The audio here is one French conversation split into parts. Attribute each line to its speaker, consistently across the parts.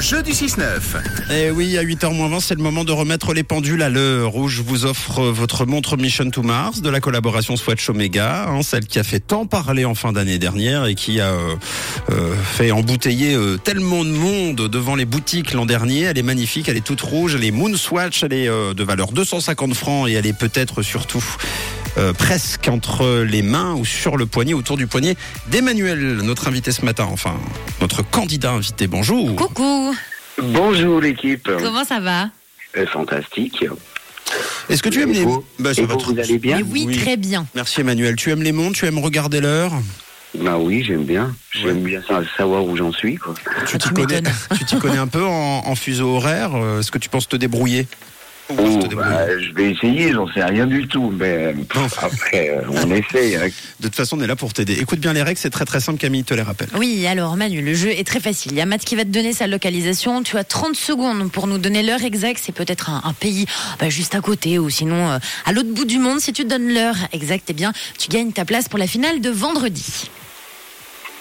Speaker 1: jeu du 6-9.
Speaker 2: Eh oui, à 8h20, c'est le moment de remettre les pendules à l'heure. Rouge vous offre votre montre Mission to Mars de la collaboration Swatch Omega, hein, celle qui a fait tant parler en fin d'année dernière et qui a euh, euh, fait embouteiller euh, tellement de monde devant les boutiques l'an dernier. Elle est magnifique, elle est toute rouge, elle est Moon Swatch, elle est euh, de valeur 250 francs et elle est peut-être surtout euh, presque entre les mains ou sur le poignet, autour du poignet d'Emmanuel, notre invité ce matin, enfin notre candidat invité. Bonjour.
Speaker 3: Coucou,
Speaker 4: Bonjour l'équipe.
Speaker 3: comment ça va
Speaker 4: Euh, fantastique.
Speaker 2: Est-ce que tu aimes
Speaker 4: Et
Speaker 2: les
Speaker 4: vous,
Speaker 2: Bah, ça
Speaker 4: Et
Speaker 2: va
Speaker 4: vous,
Speaker 2: très-
Speaker 4: vous allez bien
Speaker 3: Mais oui,
Speaker 2: Oui.
Speaker 3: très bien.
Speaker 2: Merci Emmanuel. Tu aimes les montres, tu aimes regarder l'heure.
Speaker 4: Bah oui, j'aime bien. J'aime bien sa- savoir où j'en suis. Quoi.
Speaker 2: Tu t'y
Speaker 3: Ah, tu
Speaker 2: connais,
Speaker 3: m'étonnes.
Speaker 2: tu t'y connais un peu en, en fuseau horaire. euh, Est-ce que tu penses te débrouiller Ou
Speaker 4: Oh,
Speaker 2: je te débrouille
Speaker 4: bah, je vais essayer, j'en sais rien du tout, mais euh, pff, après, euh, on essaye. hein.
Speaker 2: De toute façon, on est là pour t'aider. Écoute bien les règles, c'est très très simple. Camille te les rappelle.
Speaker 3: Oui, alors Manu, le jeu est très facile. Il y a Matt qui va te donner sa localisation. Tu as 30 secondes pour nous donner l'heure exacte. C'est peut-être un, un pays bah, juste à côté ou sinon euh, à l'autre bout du monde. Si tu te donnes l'heure exacte, eh bien, tu gagnes ta place pour la finale de vendredi.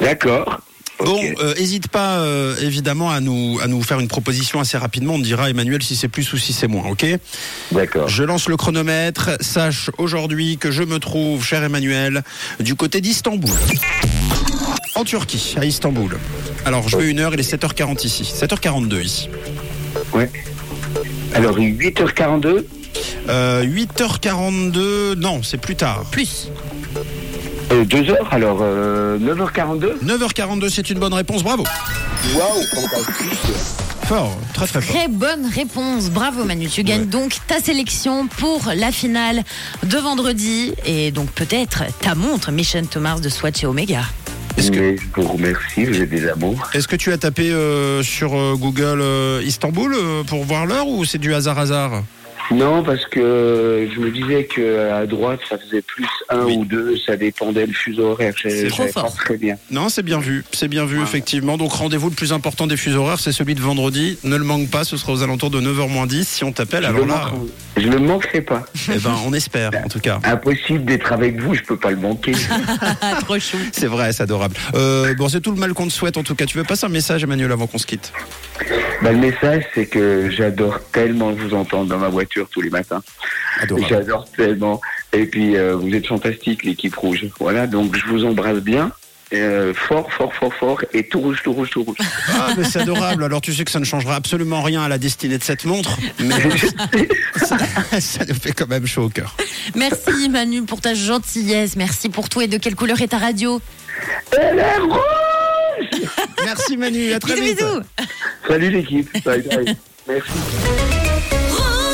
Speaker 4: D'accord.
Speaker 2: Bon,
Speaker 4: Ok.
Speaker 2: euh, hésite pas euh, évidemment à nous à nous faire une proposition assez rapidement. On te dira Emmanuel si c'est plus ou si c'est moins. Ok
Speaker 4: D'accord.
Speaker 2: Je lance le chronomètre. Sache aujourd'hui que je me trouve, cher Emmanuel, du côté d'Istanbul. En Turquie, à Istanbul. Alors, je veux une heure, il est 7h40 ici. 7h42 ici.
Speaker 4: Ouais. Alors, il est 8h42
Speaker 2: Euh, 8h42, non, c'est plus tard.
Speaker 3: Plus.
Speaker 4: euh, 2h, alors euh, 9h42
Speaker 2: 9h42, c'est une bonne réponse, bravo.
Speaker 4: Waouh, fantastique.
Speaker 2: Fort, très très fort.
Speaker 3: Très bonne réponse. Bravo Manu. Tu gagnes donc ta sélection pour la finale de vendredi. Et donc peut-être ta montre Mission Thomas de Swatch et Omega.
Speaker 2: Est-ce que,
Speaker 4: Mais je vous remercie, vous êtes des amours.
Speaker 2: est-ce que tu as tapé euh, sur euh, Google euh, Istanbul euh, pour voir l'heure ou c'est du hasard hasard
Speaker 4: Non, parce que je me disais que à droite, ça faisait plus 1
Speaker 2: Oui.
Speaker 4: ou 2, ça dépendait le fuseau horaire.
Speaker 2: C'est
Speaker 4: J'ai-
Speaker 3: trop
Speaker 4: j'avais pas
Speaker 3: fort.
Speaker 4: Très bien.
Speaker 2: Non, c'est bien vu, c'est bien vu,
Speaker 4: Ouais.
Speaker 2: effectivement. Donc rendez-vous le plus important des fuseaux horaires, c'est celui de vendredi. Ne le manque pas, ce sera aux alentours de 9h10 si on t'appelle.
Speaker 4: je,
Speaker 2: Alors
Speaker 4: le
Speaker 2: là,
Speaker 4: manque- je le manquerai pas.
Speaker 2: eh ben, on espère en tout cas.
Speaker 4: Impossible d'être avec vous, je peux pas le manquer.
Speaker 3: Ah, trop chou.
Speaker 2: C'est vrai, c'est adorable. Euh, bon, c'est tout le mal qu'on te souhaite en tout cas. Tu veux passer un message, Emmanuel, avant qu'on se quitte
Speaker 4: Bah, le message, c'est que j'adore tellement vous entendre dans ma voiture tous les matins.
Speaker 2: Adorable.
Speaker 4: J'adore tellement. Et puis, euh, vous êtes fantastique, l'équipe rouge. Voilà, donc je vous embrasse bien. Euh, fort, fort, fort, fort. Et tout rouge, tout rouge, tout rouge.
Speaker 2: Ah, mais c'est adorable. Alors tu sais que ça ne changera absolument rien à la destinée de cette montre, mais ça, ça nous fait quand même chaud au cœur.
Speaker 3: Merci Manu pour ta gentillesse, merci pour tout et de quelle couleur est ta radio
Speaker 4: Elle est rouge
Speaker 2: Merci Manu, à très
Speaker 3: Bisous
Speaker 2: vite.
Speaker 3: bisous
Speaker 4: Salut l'équipe. Bye, bye. Merci.